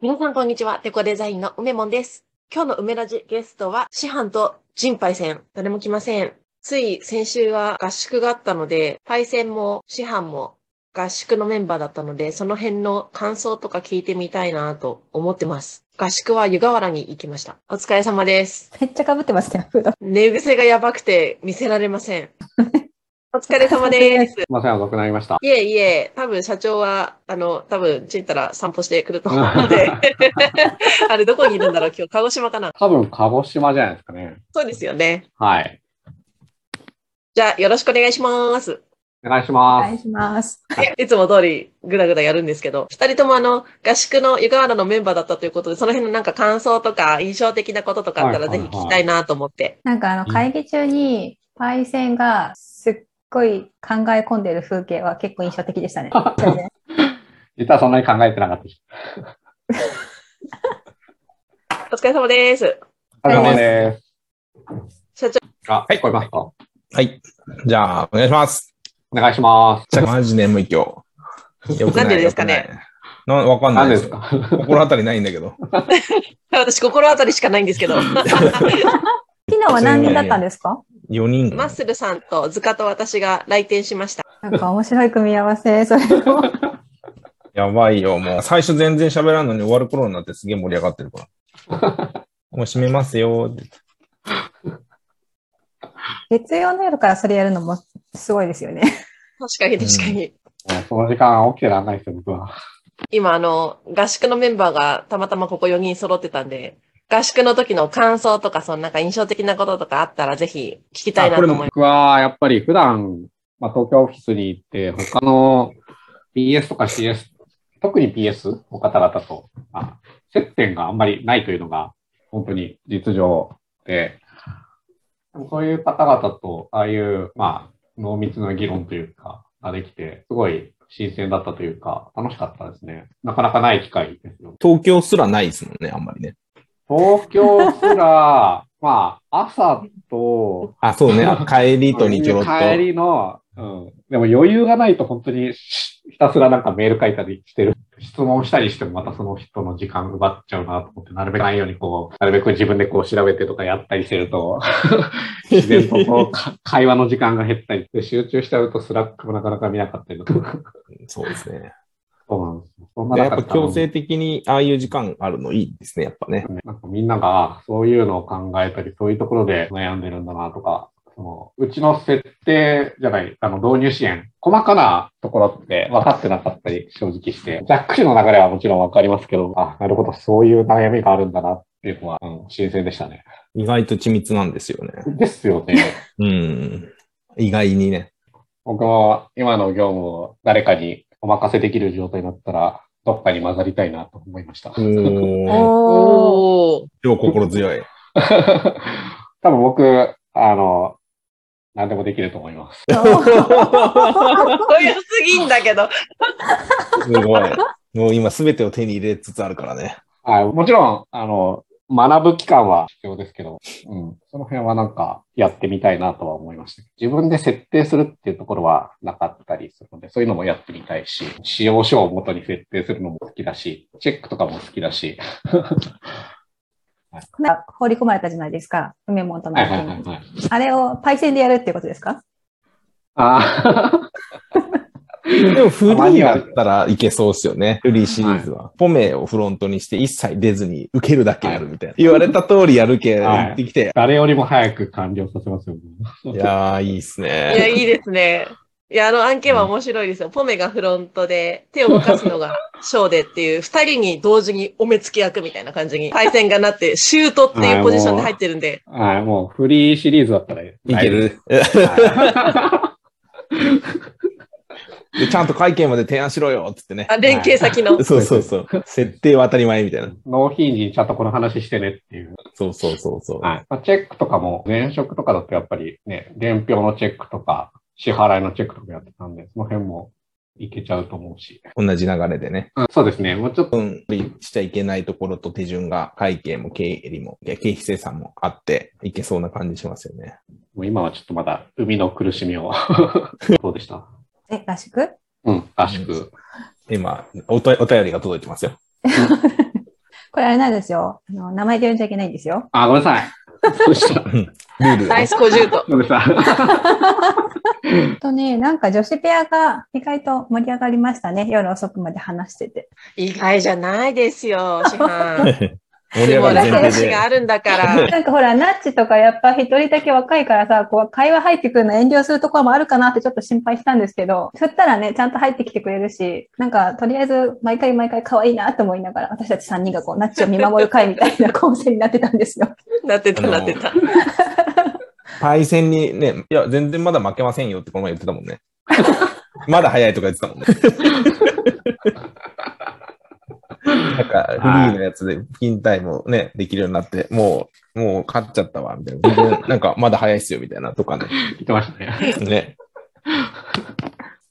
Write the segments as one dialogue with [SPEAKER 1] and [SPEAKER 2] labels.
[SPEAKER 1] 皆さん、こんにちは。テコデザインの梅もんです。今日の梅ラジゲストは、師範と人パイセン。誰も来ません。つい先週は合宿があったので、パイセンも師範も合宿のメンバーだったので、その辺の感想とか聞いてみたいなと思ってます。合宿は湯河原に行きました。お疲れ様です。
[SPEAKER 2] めっちゃ被ってますね、フード。
[SPEAKER 1] 寝癖がやばくて見せられません。お疲れ様です。
[SPEAKER 3] すいません、遅くなりました。
[SPEAKER 1] いえいえ、多分社長は、あの、多分、ちんたら散歩してくると思うの で、あれ、どこにいるんだろう、今日、鹿児島かな。
[SPEAKER 3] 多分、鹿児島じゃないですかね。
[SPEAKER 1] そうですよね。
[SPEAKER 3] はい。
[SPEAKER 1] じゃあ、よろしくお願いします。
[SPEAKER 3] お願いしま
[SPEAKER 2] お
[SPEAKER 3] す。
[SPEAKER 2] 願いします。
[SPEAKER 1] いつも通り、ぐだぐだやるんですけど、二人ともあの、合宿の湯河原のメンバーだったということで、その辺のなんか感想とか、印象的なこととかあったら、
[SPEAKER 3] は
[SPEAKER 1] ぜ
[SPEAKER 3] い
[SPEAKER 1] ひ
[SPEAKER 3] はいはい
[SPEAKER 1] 聞きたいなと思って。
[SPEAKER 2] なんかあの、
[SPEAKER 3] うん
[SPEAKER 2] 会議中に、パイセンがすっごい考え込んでる風景は結構印象的でした ね。
[SPEAKER 3] 実はそんなに考えてなかったです。
[SPEAKER 1] お疲れ様です。
[SPEAKER 3] お疲れ
[SPEAKER 2] はい
[SPEAKER 3] 様です。
[SPEAKER 1] 社長、
[SPEAKER 3] あ、はい、聞こえますかお
[SPEAKER 4] はい。じゃあ、お願いします。
[SPEAKER 3] 願いしま
[SPEAKER 4] じゃあ、マジ眠い今 日。よくな
[SPEAKER 1] な
[SPEAKER 4] い。
[SPEAKER 1] んでですかね
[SPEAKER 4] よくない。な、わか
[SPEAKER 3] す。
[SPEAKER 4] んな
[SPEAKER 3] 何
[SPEAKER 4] い
[SPEAKER 3] ですか
[SPEAKER 4] 心当たりないんだけど。
[SPEAKER 1] 私、心当たりしかないん ですけど、
[SPEAKER 2] 昨日は何人だったんですか
[SPEAKER 4] 4人。
[SPEAKER 1] マッスルさんと塚と私が来店しました。
[SPEAKER 2] なんか面白い組み合わせ、それも。
[SPEAKER 4] やばいよ。もう、最初全然喋らんのに終わる頃になってすげえ盛り上がってるから。 もう閉めますよって。
[SPEAKER 2] 月曜の夜からそれやるのもすごいですよね。
[SPEAKER 1] 確かに確かに。
[SPEAKER 3] もうその時間起きてらんないですよ、僕は。
[SPEAKER 1] 今、あの、合宿のメンバーがたまたまここ4人揃ってたんで、合宿の時の感想とか、そのなんか印象的なこととかあったら、ぜひ聞きたい
[SPEAKER 3] あ
[SPEAKER 1] な
[SPEAKER 3] ことれ
[SPEAKER 1] 思い
[SPEAKER 3] も
[SPEAKER 1] ます。
[SPEAKER 3] 僕は、やっぱり普段、まあ、東京オフィスに行って、他の BS とか CS、特に PS の方々と、あ接点があんまりないというのが、本当に実情で、でもそういう方々と、ああいう、まあ、濃密な議論というか、ができて、すごい新鮮だったというか、楽しかったですね。なかなかない機会ですよ。
[SPEAKER 4] 東京すらないですもんね、あんまりね。
[SPEAKER 3] 東京すら、 まあ、朝と、
[SPEAKER 4] あ、そう ね。帰りとにちょろっと。
[SPEAKER 3] 帰りの、うん。でも余裕がないと本当にしひたすらなんかメール書いたりしてる。 質問したりしてもまたその人の時間奪っちゃうなと思って、なるべくないようにこう、なるべく自分でこう調べてとかやったりしてる と、自然とこうか会話の時間が減ったりして、集中しちゃうとスラックもなかなか見なかったりとか。
[SPEAKER 4] そうですね。
[SPEAKER 3] そうなんですよ。そんな
[SPEAKER 4] でやっ
[SPEAKER 3] 中
[SPEAKER 4] ぱ強制的にああいう時間あるのいいですね、やっぱね。
[SPEAKER 3] なんかみんながそういうのを考えたり、そういうところで悩んでるんだなとか、そのうちの設定じゃない、あの導入支援、細かなところって分かってなかったり、正直して、ざっくりの流れはもちろん分かりますけど、あ、なるほど、そういう悩みがあるんだなっていうのは、うん、新鮮でしたね。
[SPEAKER 4] 意外と緻密なんですよね。
[SPEAKER 3] ですよね。
[SPEAKER 4] うん。意外にね。
[SPEAKER 3] 僕も今の業務を誰かにお任せできる状態になったら、どっかに混ざりたいなと思いました。
[SPEAKER 4] おー。
[SPEAKER 2] おー。
[SPEAKER 1] おー。
[SPEAKER 4] 超心強い。
[SPEAKER 3] 多分僕、あの、何でもできると思います。
[SPEAKER 1] 強すぎんだけど。
[SPEAKER 4] すごい。もう今すべてを手に入れつつあるからね。
[SPEAKER 3] はい、もちろん、あの、学ぶ期間は必要ですけど、うん、その辺はなんかやってみたいなとは思いました。自分で設定するっていうところはなかったりするので、そういうのもやってみたいし、使用書を元に設定するのも好きだし、チェックとかも好きだし、
[SPEAKER 2] なんか放り込まれたじゃないですか、梅本の
[SPEAKER 3] は
[SPEAKER 2] 時
[SPEAKER 3] いはいはい
[SPEAKER 2] に。
[SPEAKER 3] はい。
[SPEAKER 2] あれをパイセンでやるっていうことですか
[SPEAKER 3] あ
[SPEAKER 4] でもフリーだったらいけそうですよね。フリーシリーズは。ポメをフロントにして一切出ずに受けるだけやるみたいな。言われた通りやるけ、
[SPEAKER 3] はい
[SPEAKER 4] 言ってきて
[SPEAKER 3] ー。 誰よりも早く完了させますよ。
[SPEAKER 4] いやー、いいっす
[SPEAKER 1] いや、
[SPEAKER 4] ね。
[SPEAKER 1] いいですね。いや、あの案件は面白いですよ。ポメがフロントで、手を動かすのがショーでっていう、二人に同時にお目付き役みたいな感じに、対戦がなって、シュートっていうポジションで入ってるんで、
[SPEAKER 3] はい、もうフリーシリーズだったらい
[SPEAKER 4] いけ。る。
[SPEAKER 3] は
[SPEAKER 4] でちゃんと会見まで提案しろよっつってね。
[SPEAKER 1] あ連携先の。
[SPEAKER 4] そうそうそう。設定は当たり前みたいな。
[SPEAKER 3] い納品時にちゃんとこの話してねっていう。
[SPEAKER 4] そうそうそうそう。
[SPEAKER 3] はい。まあ、チェックとかも、前職とかだとやっぱりね、伝票のチェックとか、支払いのチェックとかやってたんで、その辺もいけちゃうと思うし。
[SPEAKER 4] 同じ流れでね。
[SPEAKER 3] うんそうですね。もうちょっと、
[SPEAKER 4] うん、しちゃいけないところと手順が会計も経理も、いや経費生産もあって、いけそうな感じしますよね。
[SPEAKER 3] もう今はちょっとまだ、海の苦しみ を。どうでした
[SPEAKER 2] え、合宿
[SPEAKER 3] うん、合宿。
[SPEAKER 4] 今おと、お便りが届いてますよ。
[SPEAKER 2] これあれなんですよ。あの、名前で呼んじゃいけないんですよ。
[SPEAKER 3] あ、ごめんなさ い。どうした
[SPEAKER 4] ルール
[SPEAKER 1] ナ
[SPEAKER 4] が
[SPEAKER 1] イ
[SPEAKER 4] ね
[SPEAKER 1] ス小獣と。
[SPEAKER 3] ごめんなさ
[SPEAKER 2] ほんとね、なんか女子ペアが意外と盛り上がりましたね。夜遅くまで話してて。
[SPEAKER 1] 意外じゃないですよ、師範。
[SPEAKER 4] 盛り
[SPEAKER 1] で
[SPEAKER 4] 上
[SPEAKER 1] も
[SPEAKER 4] が
[SPEAKER 1] だ
[SPEAKER 4] る
[SPEAKER 1] か
[SPEAKER 4] 前
[SPEAKER 1] ら
[SPEAKER 4] 提
[SPEAKER 1] 話
[SPEAKER 4] で
[SPEAKER 1] が。あるんだから。
[SPEAKER 2] なんかほら、ナッチとかやっぱ一人だけ若いからさ、こう会話入ってくるの遠慮するところもあるかなってちょっと心配したんですけど、振ったらね、ちゃんと入ってきてくれるし、なんかとりあえず毎回毎回可愛いなと思いながら、私たち3人がこう、ナッチを見守る会みたいな構成になってたんですよ。
[SPEAKER 1] なってた、
[SPEAKER 4] あの
[SPEAKER 1] なってた。
[SPEAKER 4] パイセンにね、いや、全然まだ負けませんよってこの前言ってたもんね。 まだ早いとか言ってたもんね。なんか、フリーのやつで、ピンタイムね、できるようになって、もう、もう勝っちゃったわ、みたいな。全然なんか、まだ早いっすよ、みたいなとかね。
[SPEAKER 3] い。 言ってましたね。
[SPEAKER 4] ね。
[SPEAKER 3] い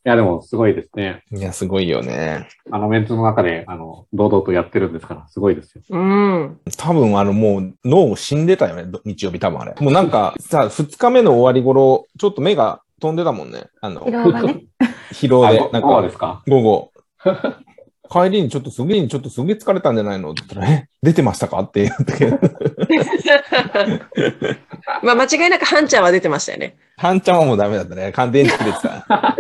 [SPEAKER 3] や、でも、すごいですね。
[SPEAKER 4] いや、すごいよね。
[SPEAKER 3] あのメンツの中で、あの、堂々とやってるんですから、すごいですよ。
[SPEAKER 1] うん。
[SPEAKER 4] 多分、あの、もう、脳死んでたよね、ど日曜日、多分あれ。もうな んか、さ、二日目の終わり頃、ちょっと目が飛んでたもんね。あの
[SPEAKER 2] 疲、労がね。
[SPEAKER 4] 疲労
[SPEAKER 3] あ
[SPEAKER 4] で
[SPEAKER 3] ご。
[SPEAKER 4] なん
[SPEAKER 3] 午後
[SPEAKER 4] か
[SPEAKER 3] で、すか
[SPEAKER 4] 午 後。帰りにちょっとすげえ、ちょっとすげえ疲れたんじゃないのって言ったら、え、出てましたかって言ったけど、
[SPEAKER 1] まあ、間違いなくハンちゃんは出てましたよね。
[SPEAKER 4] ハンちゃんはもうダメだったね。完全に切れ てた。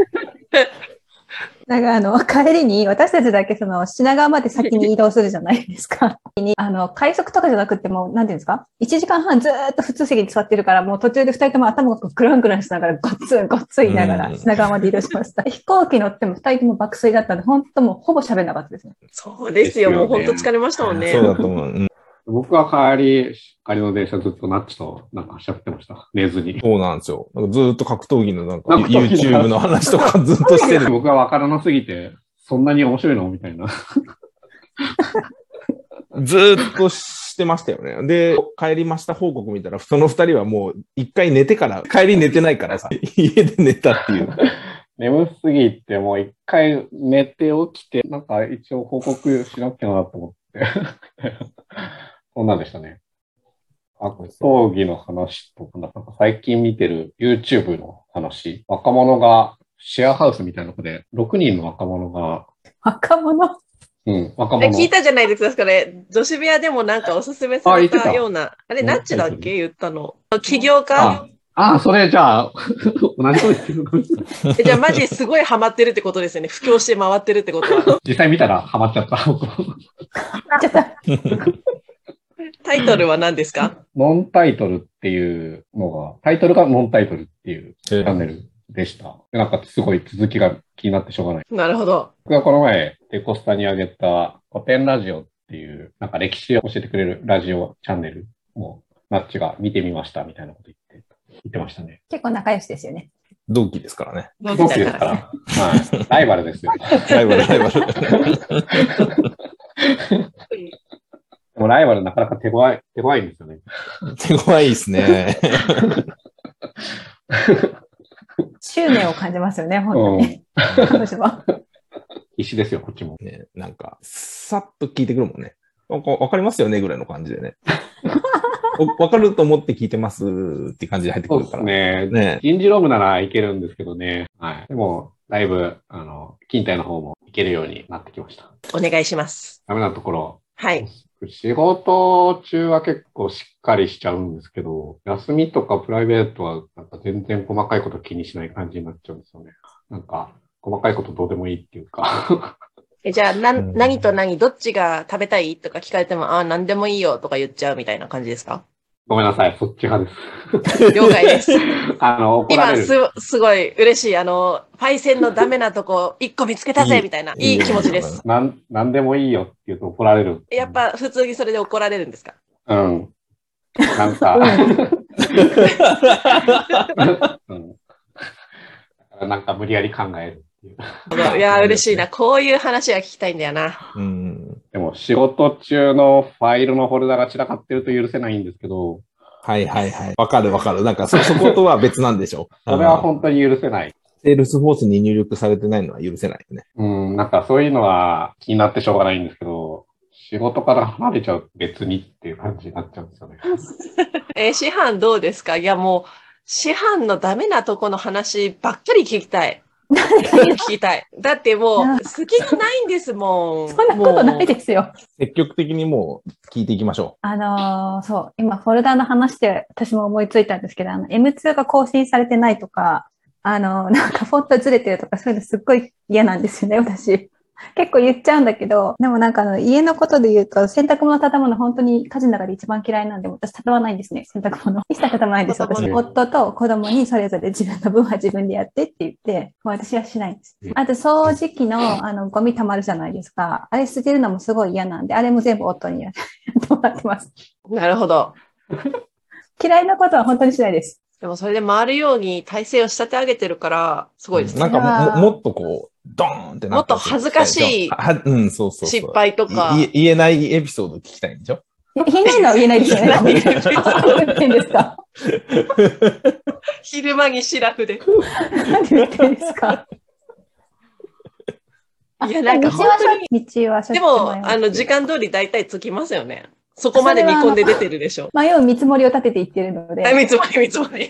[SPEAKER 2] なんかあの、帰りに私たちだけその品川まで先に移動するじゃないですか。 にあの、快速とかじゃなくてもう、なんていうんですか ?1 時間半ずーっと普通席に座ってるから、もう途中で2人とも頭がこうクランクランしながら、ごっつんごっつん言いなが
[SPEAKER 4] う
[SPEAKER 2] ら
[SPEAKER 4] ん
[SPEAKER 2] 品川まで移動しました。 飛行機乗っても2人とも爆睡だったんで、本当もうほぼ喋んなかったですね。
[SPEAKER 1] そうですよ。
[SPEAKER 3] ですよね
[SPEAKER 1] もう本当疲れましたもんね
[SPEAKER 4] そう。だと思う。うん
[SPEAKER 3] 僕は帰り、帰りの電車ずっとナッチとなんか喋ってました。寝ずに。
[SPEAKER 4] そうなんですよ。なんかずーっと格闘技のなんか
[SPEAKER 3] 格闘技の
[SPEAKER 4] YouTube の話とかずっとしてる。
[SPEAKER 3] 僕はわからなすぎて、そんなに面白いのみたいな。
[SPEAKER 4] ずーっとしてましたよね。で、帰りました報告見たら、その二人はもう一回寝てから、帰り寝てないからさ、 家で寝たっていう。
[SPEAKER 3] 眠すぎて、もう一回寝て起きて、なんか一応報告しなきゃなと思って。 そんなんでしたね。格闘技の話とか、なんか最近見てる YouTube の話。若者が、シェアハウスみたいなとこで、6人の若者が、
[SPEAKER 2] 若者。
[SPEAKER 3] うん、若
[SPEAKER 1] え
[SPEAKER 3] 者。
[SPEAKER 1] 聞いたじゃないですか、それ。女子部屋でもなんかおすすめさ
[SPEAKER 3] あ
[SPEAKER 1] れ
[SPEAKER 3] 言って
[SPEAKER 1] た
[SPEAKER 3] た
[SPEAKER 1] ような。あれ、
[SPEAKER 3] うん
[SPEAKER 1] ナッチだっけ言ったの。起業家
[SPEAKER 3] ああ、それじゃあ、 同じこと言ってる。
[SPEAKER 1] えじゃあマジすごいハマってるってことですよね。布教して回ってるってこと は。
[SPEAKER 3] 実際見たらハマっちゃった。僕
[SPEAKER 2] ちょっと
[SPEAKER 1] タイトルは何ですか
[SPEAKER 3] ノンタイトルっていうのが、タイトルがノンタイトルっていうチャンネルでした。でなんかすごい続きが気になってしょうがない。
[SPEAKER 1] なるほど。
[SPEAKER 3] 僕がこの前、デコスタにあげた古典ラジオっていう、なんか歴史を教えてくれるラジオチャンネルも、ナッチが見てみましたみたいなこと言って、言ってました ね。
[SPEAKER 2] 結構仲良しですよね。
[SPEAKER 4] 同期ですからね。
[SPEAKER 1] 同
[SPEAKER 3] 同期ですから。はい。ライバルです よ。
[SPEAKER 4] ライバル、ライバル。
[SPEAKER 3] でもライバルなかなか手強い、手強いんですよね。
[SPEAKER 4] 手強いですね。
[SPEAKER 2] 執念を感じますよね、本当
[SPEAKER 3] う
[SPEAKER 2] に。
[SPEAKER 3] ん。
[SPEAKER 2] 彼 女は。
[SPEAKER 3] 石ですよ、こっちも。
[SPEAKER 4] ね、なんか、さっと聞いてくるもんね。なんか、わかりますよねぐらいの感じでね。 おわかると思って聞いてますって感じで入ってく
[SPEAKER 3] そう
[SPEAKER 4] る
[SPEAKER 3] です
[SPEAKER 4] から。
[SPEAKER 3] ね。
[SPEAKER 4] ね。
[SPEAKER 3] 人事ロームならいけるんですけどね。はい。でも、だいぶ、あの、勤怠の方もいけるようになってきました。
[SPEAKER 1] お願いします。
[SPEAKER 3] ダメなところ。
[SPEAKER 1] はい。
[SPEAKER 3] 仕事中は結構しっかりしちゃうんですけど、休みとかプライベートはなんか全然細かいこと気にしない感じになっちゃうんですよね。なんか、細かいことどうでもいいっていうか。
[SPEAKER 1] えじゃあ、な
[SPEAKER 4] う
[SPEAKER 1] ん、
[SPEAKER 4] ん
[SPEAKER 1] 何と何、どっちが食べたいとか聞かれても、ああ、何でもいいよとか言っちゃうみたいな感じですか
[SPEAKER 3] ごめんなさい、そっち派です。
[SPEAKER 1] 了解です。
[SPEAKER 3] あの、怒ら
[SPEAKER 1] 今
[SPEAKER 3] れ
[SPEAKER 1] す
[SPEAKER 3] る。、
[SPEAKER 1] すごい嬉しい。あの、パイセンのダメなとこ、一個見つけたぜみたいな、いい気持ちです。
[SPEAKER 3] なん、なんでもいいよって言うと怒られる。
[SPEAKER 1] やっ、ぱ、普通にそれで怒られるんですか
[SPEAKER 3] うん。なんか、うん。なんか無理やり考えるっていう。
[SPEAKER 1] いやー、嬉しいな。こういう話は聞きたいんだよな。
[SPEAKER 4] うん。
[SPEAKER 3] でも仕事中のファイルのフォルダが散らかってると許せないんですけど、
[SPEAKER 4] はいはいはい。わかるわかる。なんかそ、そことは別なんでしょ。
[SPEAKER 3] それは
[SPEAKER 4] あの
[SPEAKER 3] 本当に許せない。
[SPEAKER 4] セールスフォースに入力されてないのは許せないよね。
[SPEAKER 3] うん、なんかそういうのは気になってしょうがないんですけど、仕事から離れちゃうと別にっていう感じになっちゃうんですよね。
[SPEAKER 1] えー、師範どうですかいや、もう、師範のダメなとこの話ばっかり聞きたい。聞きたい。だっても
[SPEAKER 2] なあ
[SPEAKER 1] う、隙がないんですもん。
[SPEAKER 2] そんなことないですよ。
[SPEAKER 4] 積極的にもう聞いていきましょ
[SPEAKER 2] あのーそう、今フォルダの話で私も思いついたんですけど、あの、M2 が更新されてないとか、あのー なんかフォントずれてるとか、そういうのすっごい嫌なんですよね、私。結構言っちゃうんだけど、でもなんかあの、家のことで言うと、洗濯物畳むの本当に家事の中で一番嫌いなんで、私畳まないんですね、洗濯物。一切畳まないんです、私。
[SPEAKER 3] 畳ま
[SPEAKER 2] 夫と子供にそれぞれ自分の分は自分でやってって言って、もう私はしないんです
[SPEAKER 3] うん。
[SPEAKER 2] あと、掃除機の、あの、ゴミ溜まるじゃないですか。あれ捨てるのもすごい嫌なんで、あれも全部夫にやってもらってます。
[SPEAKER 1] なるほど。
[SPEAKER 2] 嫌いなことは本当にしないです。
[SPEAKER 1] でもそれで回るように体勢を仕立て上げてるから、すごいです
[SPEAKER 4] う。な
[SPEAKER 1] ね。
[SPEAKER 4] んか
[SPEAKER 2] それは
[SPEAKER 4] もももっとこう、ドーンってなった
[SPEAKER 1] もっと恥ずかしい
[SPEAKER 4] はうん、そうそうそう。
[SPEAKER 1] 失敗とか。
[SPEAKER 4] い言えないエピソード聞きたいんでしょ
[SPEAKER 2] い言えないのは言えないですよ ね。何言ってんですか
[SPEAKER 1] 昼間にシラフで。
[SPEAKER 2] 何言ってんですか
[SPEAKER 1] いや、なんか本当に。
[SPEAKER 2] 道はしょっ
[SPEAKER 1] で
[SPEAKER 2] ちゅう迷う
[SPEAKER 1] も、あの、時間通り大体つきますよね。そこまで見込んで出てるで しょ。
[SPEAKER 2] 迷う見積もりを立てていってるので
[SPEAKER 1] あ、。見積もり見積もり。い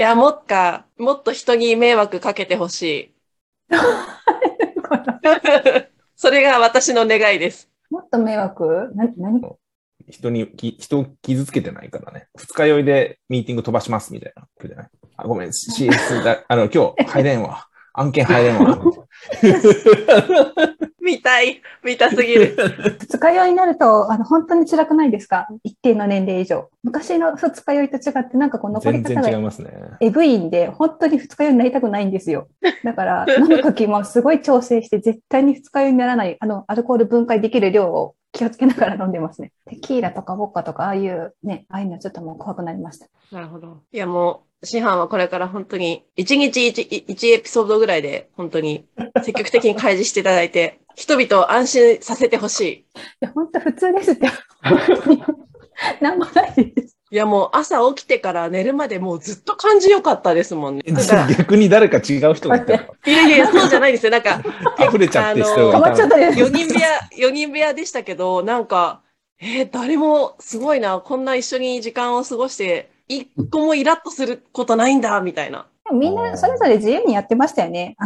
[SPEAKER 1] や、もっか、もっと人に迷惑かけてほしい。 それが私の願いです。
[SPEAKER 2] もっと迷惑な何
[SPEAKER 4] 人にき、人を傷つけてないからね。二日酔いでミーティング飛ばしますみたいな。くじゃないあごめん、CS だ、 あの、今日入れんわ。案件入れんわ。
[SPEAKER 1] 見たい。見たすぎる。
[SPEAKER 2] 二日酔いになると、あの、本当に辛くないですか一定の年齢以上。昔の二日酔いと違って、なんかこう残り
[SPEAKER 4] 全
[SPEAKER 2] 方
[SPEAKER 4] 然違い
[SPEAKER 2] が
[SPEAKER 4] ますね。
[SPEAKER 2] エグいんで、本当に二日酔いになりたくないんですよ。だから、飲む時もすごい調整して、絶対に二日酔いにならない、あの、アルコール分解できる量を気をつけながら飲んでますね。テキーラとかウォッカとか、ああいうね、ああいうのちょっともう怖くなりました。
[SPEAKER 1] なるほど。いや、もう、師範はこれから本当に、一日一一エピソードぐらいで、本当に、積極的に開示していただいて、人々を安心させてほしい。
[SPEAKER 2] いや、本当普 通ですって。本当になんもないです。
[SPEAKER 1] いや、もう朝起きてから寝るまでもうずっと感じよかったですもんね。だから、
[SPEAKER 4] 逆に誰か違う人がい たら、
[SPEAKER 1] いやいや、そうじゃないですよ。なんか、
[SPEAKER 4] 溢れちゃってる人
[SPEAKER 1] あ
[SPEAKER 2] 変
[SPEAKER 1] の
[SPEAKER 4] が
[SPEAKER 2] わ
[SPEAKER 4] い
[SPEAKER 2] っちゃ
[SPEAKER 4] た
[SPEAKER 2] っ
[SPEAKER 4] ら。。
[SPEAKER 2] たです。
[SPEAKER 1] 4人部屋、4人部屋でしたけど、なんか、えー誰もすごいな、こんな一緒に時間を過ごして、一個もイラッとすることないんだ、みたいな。
[SPEAKER 2] でもみんなそれぞれ自由にやってましたよね。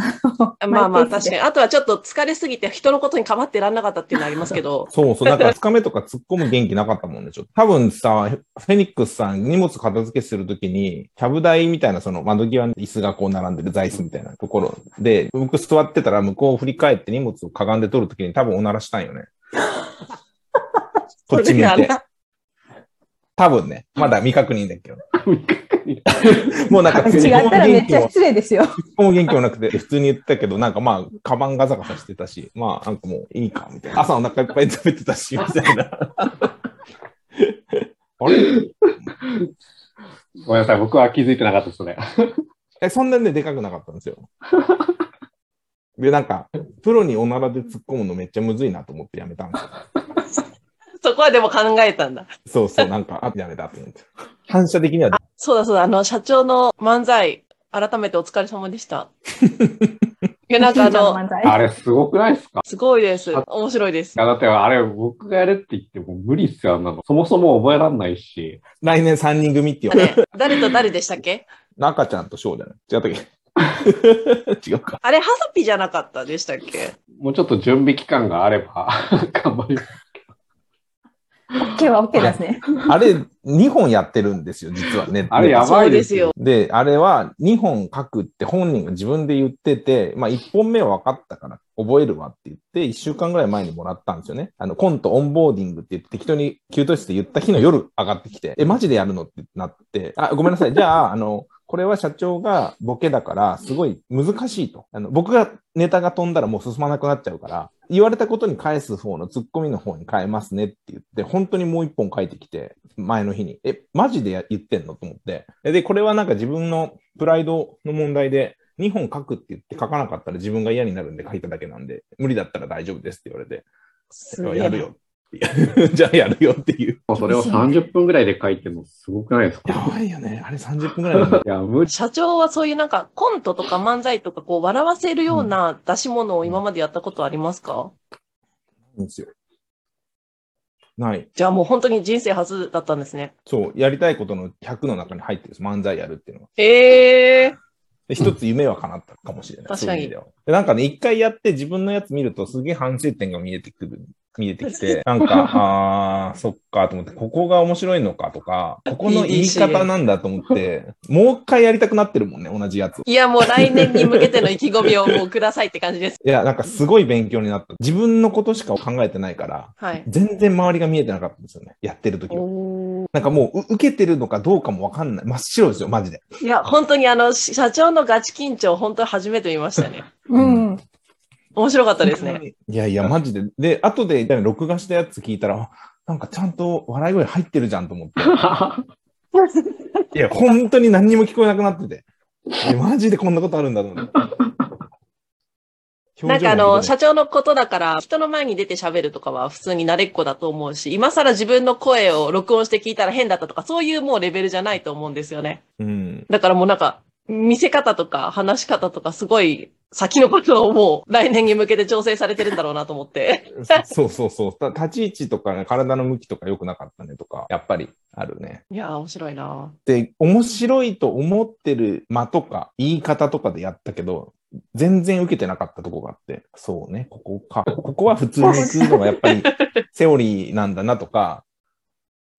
[SPEAKER 1] あまあまあ、確かに。
[SPEAKER 2] に。
[SPEAKER 1] あとはちょっと疲れすぎて人のことにかまってらんなかったっていうのありますけど
[SPEAKER 4] そうそう。だから、つかめとか突っ込む元気なかったもんね、ちょっと。多分さ、フェニックスさん、荷物片付けするときに、キャブ台みたいな、その窓際に椅子がこう並んでる座椅子みたいなところで、僕座ってたら、向こうを振り返って荷物をかがんで取るときに、多分おならしたん よね。こっち見
[SPEAKER 1] それ
[SPEAKER 4] て
[SPEAKER 1] であ。んな
[SPEAKER 4] 多分ね。まだ未確認だけ ど。
[SPEAKER 3] 認
[SPEAKER 4] もうなんか、
[SPEAKER 2] 違ったらめっちゃ
[SPEAKER 4] も
[SPEAKER 2] 失礼ですよ。
[SPEAKER 4] 一個も元気もなくて、普通に言ってたけど、なんかまあ、カバンガサガサしてたし、まあ、なんかもういいか、みたいな。朝お腹いっぱい食べてたし、みたいな。 あれ
[SPEAKER 3] ごめんなさい、僕は気づいてなかったですね。
[SPEAKER 4] えそんなにね、でかくなかったんですよ。で、なんか、プロにおならで突っ込むのめっちゃむずいなと思ってやめたんですよ。
[SPEAKER 1] そこはでも考えたんだ。
[SPEAKER 4] そうそう、なんか、あ、やめたと思って。反射的には、
[SPEAKER 1] そうだそうだ、あの、社長の漫才、改めてお疲れ様で した。いや、なん かあの、
[SPEAKER 2] 漫才
[SPEAKER 3] あれ、すごくないですか
[SPEAKER 1] すごいです。面白いです
[SPEAKER 3] い。や、だってあれ、僕がやれって言っても無理っすよ、あんなの。そもそも覚えらんないし。
[SPEAKER 4] 来年3人組ってい
[SPEAKER 1] あ
[SPEAKER 4] う、
[SPEAKER 1] れ誰と誰でしたっけ
[SPEAKER 4] 中ちゃんと翔じゃない違ったっけ 違うか。
[SPEAKER 1] あれ、ハサピじゃなかったでしたっけ
[SPEAKER 3] もうちょっと準備期間があれ ば、頑張ります。
[SPEAKER 2] OK は OK ですね。
[SPEAKER 4] あれ、2本やってるんですよ、実はね。
[SPEAKER 3] あれ、やば
[SPEAKER 1] そう
[SPEAKER 3] い
[SPEAKER 1] で
[SPEAKER 3] ですす
[SPEAKER 1] よ
[SPEAKER 3] よ。。
[SPEAKER 4] で、あれは2本書くって本人が自分で言ってて、まあ1本目は分かったから覚えるわって言って、1週間ぐらい前にもらったんですよね。あの、コントオンボーディングって言って適当に給湯室で言った日の夜上がってきて、え、マジでやるのってなって、あ、ごめんなさい。じゃあ、 あの、これは社長がボケだから、すごい難しいと。あの、僕がネタが飛んだらもう進まなくなっちゃうから、言われたことに返す方のツッコミの方に変えますねって言って、本当にもう一本書いてきて、前の日に。え、マジでや言ってんのと思って。で、これはなんか自分のプライドの問題で、2本書くって言って書かなかったら自分が嫌になるんで書いただけなんで、無理だったら大丈夫ですって言われて、
[SPEAKER 1] す
[SPEAKER 4] いややるよ って。じゃあやるよっていう。
[SPEAKER 3] それを30分ぐらいで書いてるのすごくないです
[SPEAKER 4] や
[SPEAKER 3] か
[SPEAKER 4] ばいよね。あれ30分ぐらいなんだ
[SPEAKER 3] いや、無理。
[SPEAKER 1] 社長はそういうなんかコントとか漫才とかこう笑わせるような出し物を今までやったことありますか、
[SPEAKER 4] んですよ。ない。
[SPEAKER 1] じゃあもう本当に人生初だったんですね。
[SPEAKER 4] そう、やりたいことの100の中に入ってるんです。漫才やるっていうのは。
[SPEAKER 1] ええ
[SPEAKER 4] で一つ夢は叶ったかもしれない。
[SPEAKER 1] 確
[SPEAKER 4] そう
[SPEAKER 1] か
[SPEAKER 4] いう
[SPEAKER 1] に
[SPEAKER 4] 意味では。で、なんかね、一回やって自分のやつ見るとすげえ反省点が見えてくる。見えてきて、なんか、あー、そっかと思って、ここが面白いのかとか、ここの言い方なんだと思って、もう一回やりたくなってるもんね、同じやつを。
[SPEAKER 1] いや、もう来年に向けての意気込みをもうくださいって感じです。
[SPEAKER 4] いや、なんかすごい勉強になった。自分のことしか考えてないから、
[SPEAKER 1] はい。
[SPEAKER 4] 全然周りが見えてなかったんですよね。やってる時は。
[SPEAKER 1] おー
[SPEAKER 4] なんかもうう、受けてるのかどうかもわかんない。真っ白ですよ、マジで。
[SPEAKER 1] いや、本当にあの、し社長のガチ緊張、本当初めて見ましたね。
[SPEAKER 2] うん。
[SPEAKER 1] 面白かったですね。
[SPEAKER 4] いやいや、マジで。で、後で、録画したやつ聞いたら、あなんかちゃんと笑い声入ってるじゃんと思 って。いや、本当に何にも聞こえなくなってて。えマジでこんなことあるんだと思って。
[SPEAKER 1] なんかあの、
[SPEAKER 4] 表情も
[SPEAKER 1] 社長のことだから、人の前に出て喋るとかは普通に慣れっこだと思うし、今更自分の声を録音して聞いたら変だったとか、そういうもうレベルじゃないと思うんですよね。
[SPEAKER 4] うん。
[SPEAKER 1] だからもうなんか、見せ方とか話し方とか、すごい先のことをもう来年に向けて調整されてるんだろうなと思 って。
[SPEAKER 4] そうそうそう。た立ち位置とか、ね、体の向きとか良くなかったねとか、やっぱりあるね。
[SPEAKER 1] いやー、面白いな
[SPEAKER 4] で、面白いと思ってる間とか、言い方とかでやったけど、全然受けてなかったとこがあって、そうね、ここか。ここは普通に行くのがやっぱりセオリーなんだなとか、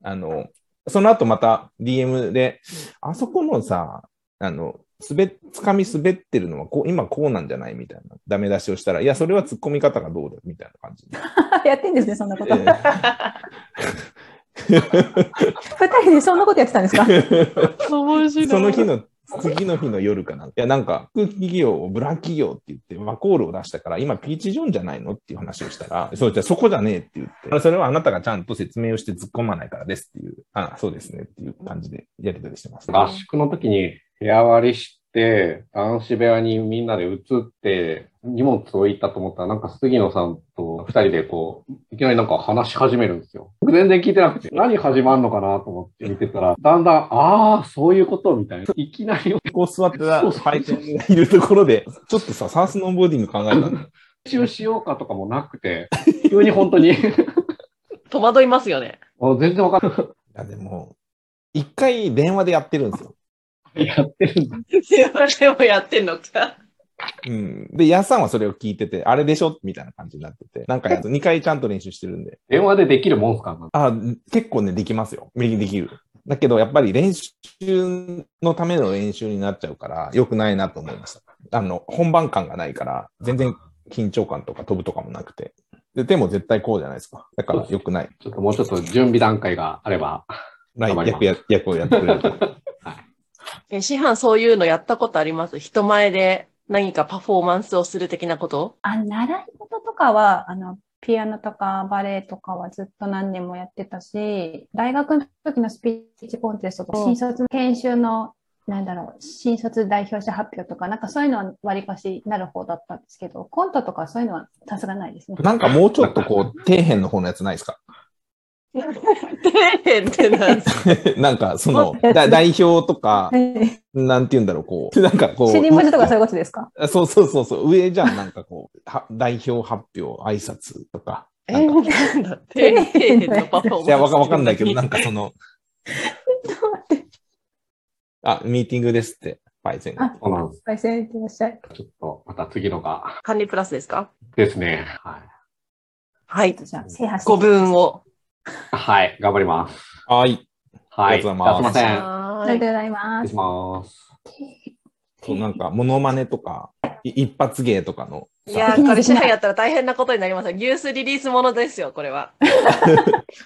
[SPEAKER 4] あの、その後また DM で、あそこのさ、あの、滑っ、つかみ滑ってるのはこう、今こうなんじゃないみたいな。ダメ出しをしたら、いや、それは突っ込み方がどうだみたいな感じで。
[SPEAKER 2] やってんですね、そんなこと。
[SPEAKER 4] えー
[SPEAKER 2] 二人でそんなことやってたんですか
[SPEAKER 1] 面白
[SPEAKER 4] その日の次の日の夜かな。いや、なんか、航空企業をブラン企業って言って、ワコールを出したから、今、ピーチ・ジョンじゃないのっていう話をしたら、そうじゃあそこじゃねえって言って、それはあなたがちゃんと説明をして突っ込まないからですっていう、あそうですねっていう感じでやり取りしてます。
[SPEAKER 3] 合宿の時に部屋割りして、男子部屋にみんなで移って、荷物置いたと思ったら、なんか杉野さんと二人でこう、いきなりなんか話し始めるんですよ。僕全然聞いてなくて、何始まるのかなと思って見てたら、だんだん、ああ、そういうことみたいな。いきなり
[SPEAKER 4] こう座ってたパイセンがいるところで、ちょっとさ、サースノーボーディング考えたんだ
[SPEAKER 3] 練習しようかとかもなくて、急に本当 に、
[SPEAKER 1] 戸惑いますよね。
[SPEAKER 3] もう全然わかんない
[SPEAKER 4] や、でも、一回電話でやってるんですよ。
[SPEAKER 3] い。やってるんだ。
[SPEAKER 1] でもやってんのか。
[SPEAKER 4] うん。で、ヤスさんはそれを聞いてて、あれでしょみたいな感じになってて、なんかやつ2回ちゃんと練習してるんで。
[SPEAKER 3] 電話でできるもんすかなんか
[SPEAKER 4] あ、結構ね、できますよ。できる。だけど、やっぱり練習のための練習になっちゃうから、良くないなと思いました。あの、本番感がないから、全然緊張感とか飛ぶとかもなくて。で、でも絶対こうじゃないですか。だから良くない。
[SPEAKER 3] ちょっともうちょっと準備段階があれば。
[SPEAKER 4] ない
[SPEAKER 3] 頑張ります
[SPEAKER 4] 役や役をやってくれると。
[SPEAKER 1] え、師範そういうのやったことあります人前で何かパフォーマンスをする的な こと
[SPEAKER 2] あ、習い事とかは、あの、ピアノとかバレエとかはずっと何年もやってたし、大学の時のスピーチコンテストとか、
[SPEAKER 1] うん
[SPEAKER 2] 新卒研修の、なんだろう、新卒代表者発表とか、なんかそういうのは割りかしなる方だったんですけど、コントとかそういうのはさすがないですね。
[SPEAKER 4] なんかもうちょっとこう、底辺の方のやつないですか
[SPEAKER 1] 底辺ってなんですか
[SPEAKER 4] なんかその、だ代表とか、
[SPEAKER 2] え
[SPEAKER 4] なんて言うんだろう、こう、なんかこう。
[SPEAKER 2] 尻文字とかそういうことですか
[SPEAKER 4] あそうそうそうそう、上じゃん、なんかこう、は代表発表、挨拶とか。
[SPEAKER 1] え
[SPEAKER 4] なんか
[SPEAKER 1] なんだ底辺のパフォーマンス。
[SPEAKER 4] いや、わかわかんないけど、なんかその、 あ、ミーティングですって、パイセンが。
[SPEAKER 2] あ、
[SPEAKER 3] そうなんです。
[SPEAKER 2] パイセンいってらっしゃい。
[SPEAKER 3] ちょっと、また次のが。
[SPEAKER 1] 管理プラスですか
[SPEAKER 3] ですね。はい。
[SPEAKER 1] はい。
[SPEAKER 2] じゃあ、制覇して。
[SPEAKER 1] ご分を。
[SPEAKER 3] はい、頑張ります。
[SPEAKER 4] はい。
[SPEAKER 3] は
[SPEAKER 4] あ
[SPEAKER 3] い。
[SPEAKER 4] りがとうございます
[SPEAKER 3] じゃあすいません。
[SPEAKER 2] あ
[SPEAKER 1] は
[SPEAKER 2] りが
[SPEAKER 1] い
[SPEAKER 2] とうございま
[SPEAKER 3] 失礼
[SPEAKER 2] す
[SPEAKER 3] し。ます。
[SPEAKER 4] そうなんか、モノマネとか、い一発芸とかの。
[SPEAKER 1] いや
[SPEAKER 2] さ
[SPEAKER 1] ー、これ支配やったら大変なことになりますよニュースリリースものですよ、これは。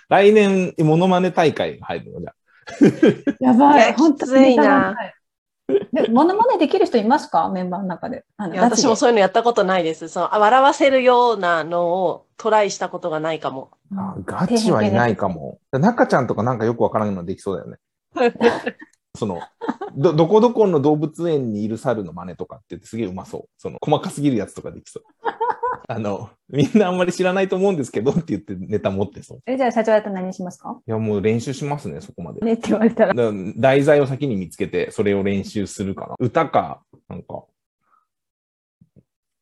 [SPEAKER 4] 来年、モノマネ大会入るのじゃあ
[SPEAKER 2] やば
[SPEAKER 1] い
[SPEAKER 2] い、
[SPEAKER 1] や
[SPEAKER 2] 本当
[SPEAKER 1] きついな
[SPEAKER 2] ネタがい。で、モノマネできる人いますかメンバーの中で。あの
[SPEAKER 1] いや私もそういうのやったことないです。その、あ笑わせるようなのをトライしたことがないか も。
[SPEAKER 4] あガチはいないかも。中ちゃんとかなんかよくわからんのできそうだよね。その、ど、どこどこの動物園にいる猿の真似とかって言ってすげえうまそう。その、細かすぎるやつとかで きそう。あの、みんなあんまり知らないと思うんですけどって言ってネタ持ってそう。
[SPEAKER 2] え、じゃあ社長だったら何しますか
[SPEAKER 4] いや、もう練習しますね、そこまで。
[SPEAKER 2] ねって 言われたら。
[SPEAKER 4] だから題材を先に見つけて、それを練習するかな。歌か、なんか、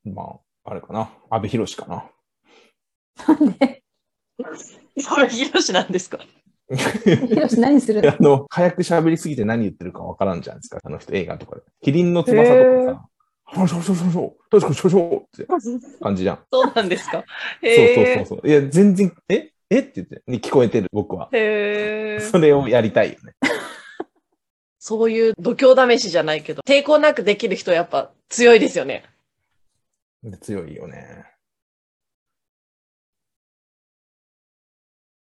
[SPEAKER 4] まあ、あれかな。安部寛かな。
[SPEAKER 2] なんで
[SPEAKER 1] それ、ヒロシなんですか
[SPEAKER 2] ヒロシ何するの
[SPEAKER 4] あの、早く喋りすぎて何言ってるかわからんじゃないですか。あの人、映画とかで。キリンの翼とかさ、そうそうそうそう、確かにそうそうって 感じじゃん。
[SPEAKER 1] そうなんですか。
[SPEAKER 4] そうそうそうそう。いや、全然、ええって言って、に聞こえてる、僕は。
[SPEAKER 1] へー
[SPEAKER 4] それをやりたいよね。
[SPEAKER 1] そういう度胸試しじゃないけど、抵抗なくできる人やっぱ強いですよね。
[SPEAKER 4] で強いよね。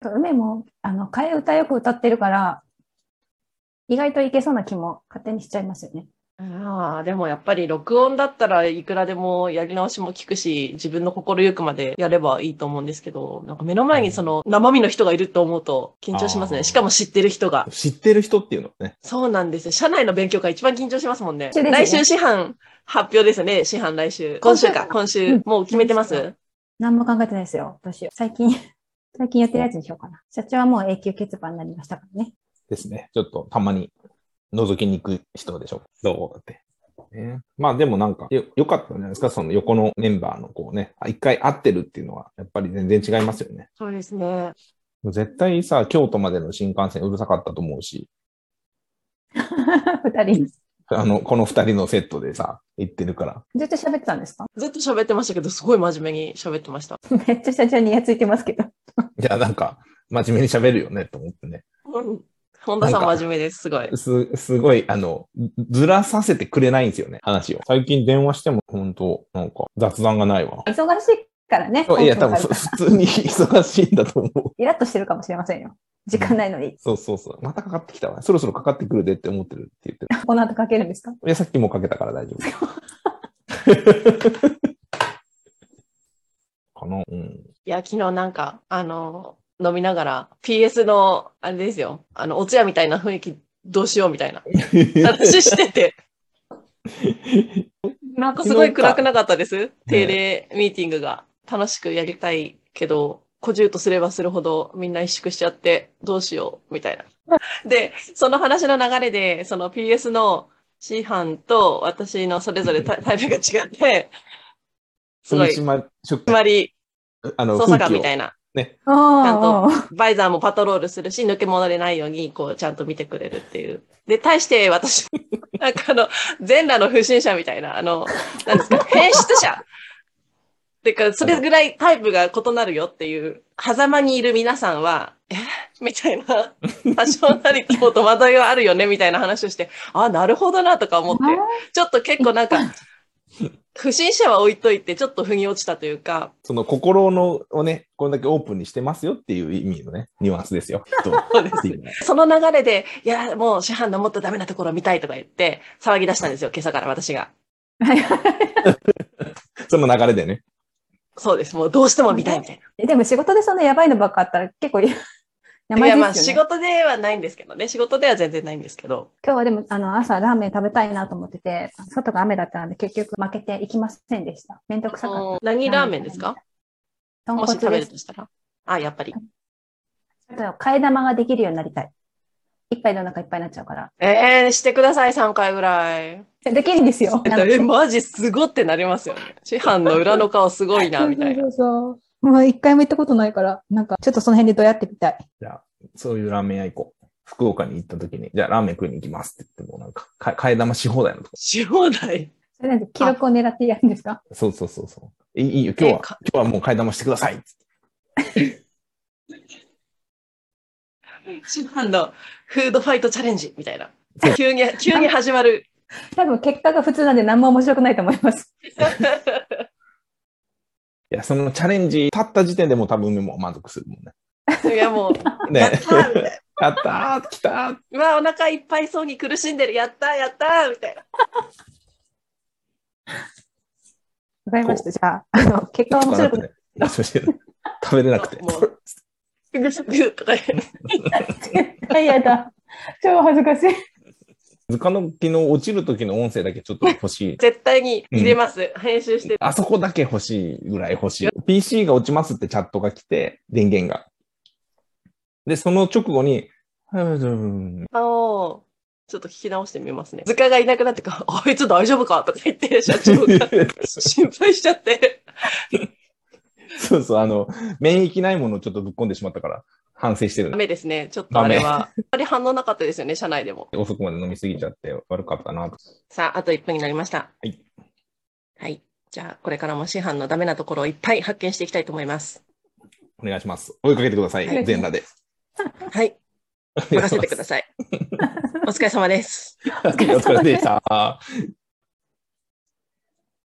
[SPEAKER 2] 梅も、あの、替え歌よく歌ってるから、意外といけそうな気も勝手にしちゃいますよね。
[SPEAKER 1] ああ、でもやっぱり録音だったらいくらでもやり直しも聞くし、自分の心ゆくまでやればいいと思うんですけど、なんか目の前にその生身の人がいると思うと緊張します
[SPEAKER 4] あー
[SPEAKER 1] ね。しかも知ってる人が。
[SPEAKER 4] 知ってる人っていうのね。
[SPEAKER 1] そうなんですよ。社内の勉強会一番緊張しますもんね。
[SPEAKER 2] そうですね
[SPEAKER 1] 来週師範発表ですよね。師範来週。今週か。今
[SPEAKER 2] う
[SPEAKER 1] 週
[SPEAKER 2] ん。
[SPEAKER 1] もう決めてま
[SPEAKER 2] そうです
[SPEAKER 1] す
[SPEAKER 2] 何も考えてないですよ。どうしよう。最近、 最近やってるやつにしようかな。社長はもう永久欠番になりましたからね。
[SPEAKER 4] ですね。ちょっとたまに覗きに行く人でしょ。どうって。ね、まあでもなんかよ、よかったんじゃないですか、その横のメンバーのこうね、あ一回会ってるっていうのは、やっぱり全然違いますよね。
[SPEAKER 1] そうですね。
[SPEAKER 4] もう絶対さ、京都までの新幹線うるさかったと思うし、
[SPEAKER 2] 二人。
[SPEAKER 4] あの、この二人のセットでさ、行ってるから。
[SPEAKER 2] ずっと喋ってたんですか
[SPEAKER 1] ずっと喋ってましたけど、すごい真面目に喋ってました。
[SPEAKER 2] めっちゃ社長にやついてますけど。
[SPEAKER 4] いや、なんか、真面目に喋るよね、と思ってね。
[SPEAKER 1] うん本田さん
[SPEAKER 4] なんか
[SPEAKER 1] 真面目です。すごい。
[SPEAKER 4] す、すごい、あの、ずずらさせてくれないんですよね、話を。最近電話しても、本当なんか、雑談がないわ。
[SPEAKER 2] 忙しいからね。
[SPEAKER 4] いや、多
[SPEAKER 2] 根拠がある
[SPEAKER 4] 分、
[SPEAKER 2] か
[SPEAKER 4] ふ
[SPEAKER 2] ら
[SPEAKER 4] 普通に忙しいんだと思う。
[SPEAKER 2] イラッとしてるかもしれませんよ。時間ないのに。
[SPEAKER 4] そうそうそう。またかかってきたわ。そろそろかかってくるでって思ってるって言ってる。
[SPEAKER 2] この後かけるんですか
[SPEAKER 4] いや、さっきもうかけたから大丈 夫。かなうん。
[SPEAKER 1] いや、昨日なんか、あの、飲みながら、PS の、あれですよ、あの、お通夜みたいな雰囲気、どうしようみたいな、話して て。なんかすごい暗くなかったです。定例ミーティングが。楽しくやりたいけど、小獣とすればするほどみんな萎縮しちゃって、どうしよう、みたいな。で、その話の流れで、その PS の C 班と私のそれぞれタイタイプが違って、すごい、
[SPEAKER 4] 取
[SPEAKER 1] つ
[SPEAKER 4] 締職
[SPEAKER 1] まり、
[SPEAKER 4] あの、
[SPEAKER 1] 捜
[SPEAKER 4] 空
[SPEAKER 1] 査
[SPEAKER 4] 気
[SPEAKER 1] 官
[SPEAKER 4] を
[SPEAKER 1] みたいな。
[SPEAKER 2] ちゃ
[SPEAKER 1] んバイザーもパトロールするし、抜け物でないように、こう、ちゃんと見てくれるっていう。で、対して私、 なんかあの、全裸の不審者みたいな、あの、なんですか、変質者てか、それぐらいタイプが異なるよっていう、狭間にいる皆さんは、えみたいな、多少なりとも戸惑いはあるよね、みたいな話をして、あ、なるほどな、とか思って、ちょっと結構なんか、不審者は置いといて、ちょっと腑に落ちたというか、
[SPEAKER 4] その心のをね、これだけオープンにしてますよっていう意味のね、ニュアンスですよ。きっと
[SPEAKER 1] そうです
[SPEAKER 4] っていう ね
[SPEAKER 1] その流れで、いや、もう市販のもっとダメなところ見たいとか言って、騒ぎ出したんですよ、今朝から私が。
[SPEAKER 4] その流れでね。
[SPEAKER 1] そうです、もうどうしても見たいみたい
[SPEAKER 2] えでも仕事でそんなやばいのばっかあったら結構いや
[SPEAKER 1] な。
[SPEAKER 2] ば
[SPEAKER 1] いや、
[SPEAKER 2] い
[SPEAKER 1] ま
[SPEAKER 2] で
[SPEAKER 1] あ
[SPEAKER 2] す
[SPEAKER 1] 仕
[SPEAKER 2] よね。
[SPEAKER 1] 事ではないんですけどね、仕事では全然ないんですけど。
[SPEAKER 2] 今日はでもあの朝ラーメン食べたいなと思ってて、外が雨だったんで結局負けていきませんでした。めんどくさかった。
[SPEAKER 1] 何ラーメンですか
[SPEAKER 2] 豚
[SPEAKER 1] もし
[SPEAKER 2] 骨
[SPEAKER 1] 食べ
[SPEAKER 2] で
[SPEAKER 1] る
[SPEAKER 2] す。
[SPEAKER 1] としたら。あ、やっぱり。
[SPEAKER 2] あと替え玉ができるようになりたい。一杯でお腹いっぱいになっちゃうから。
[SPEAKER 1] えー、してください、3回ぐらい。
[SPEAKER 2] できるんで すよ。
[SPEAKER 1] えっとえ、マジすごってなりますよね。市販の裏の顔すごいな、みたいな。
[SPEAKER 2] そうそうそう。もう一回も行ったことないから、なんかちょっとその辺でどうやってみたい。
[SPEAKER 4] そういうラーメン屋行こう。福岡に行った時に、じゃあラーメン食いに行きますって言ってもなんか、か替え玉し放題のとこ。
[SPEAKER 1] し放題。
[SPEAKER 2] それなんで記録を狙ってやるんですか
[SPEAKER 4] そうそうそうそう。いいいいよ、今
[SPEAKER 1] え
[SPEAKER 4] 日は、
[SPEAKER 1] か
[SPEAKER 4] 今日はもう替え玉してくださいっつって。
[SPEAKER 1] 市販のフードファイトチャレンジ、みたいな。急に、急に始まる。
[SPEAKER 2] 多分結果が普通なんで何も面白くないと思います。
[SPEAKER 4] いや、そのチャレンジ立った時点でもう多分梅も満足するもんね。
[SPEAKER 1] いや、もう、やっ
[SPEAKER 4] ね
[SPEAKER 1] た。ーみたいな。
[SPEAKER 4] やったー来たー
[SPEAKER 1] うわ、お腹いっぱいそうに苦しんでる。やったーやったーみたい な。
[SPEAKER 2] わかりました。じゃあ、あの、結果は面白くない。
[SPEAKER 4] 食べれなくて。
[SPEAKER 1] もうグググとか言う
[SPEAKER 2] 絶対やだ。超恥ずかしい。
[SPEAKER 4] 図鑑の昨日落ちる時の音声だけちょっと欲 しい。
[SPEAKER 1] 絶対に入れます。編集して。
[SPEAKER 4] あそこだけ欲しいぐらい欲しい。PC が落ちますってチャットが来て、電源が。で、その直後に、うん
[SPEAKER 1] あのーちょっと聞き直してみますね。図鑑がいなくなってから、 あいつ大丈夫かとか言って、社長 が心配しちゃって。
[SPEAKER 4] そうそう、あの、免疫ないものをちょっとぶっ込んでしまったから、反省してる
[SPEAKER 1] ダ
[SPEAKER 4] ね。
[SPEAKER 1] メですね。ちょっとあれは。あまり反応なかったですよね、社内でも。
[SPEAKER 4] 遅くまで飲みすぎちゃって悪かったなと。
[SPEAKER 1] さあ、あと1分になりました。
[SPEAKER 4] はい。
[SPEAKER 1] はい。じゃあ、これからも師範のダメなところをいっぱい発見していきたいと思います。
[SPEAKER 4] お願いします。追いかけてください。
[SPEAKER 1] はい
[SPEAKER 4] 全裸で。
[SPEAKER 1] はい。任せてくだ
[SPEAKER 4] さ
[SPEAKER 1] さい。お疲れ様です。
[SPEAKER 4] い。お疲れ様でした。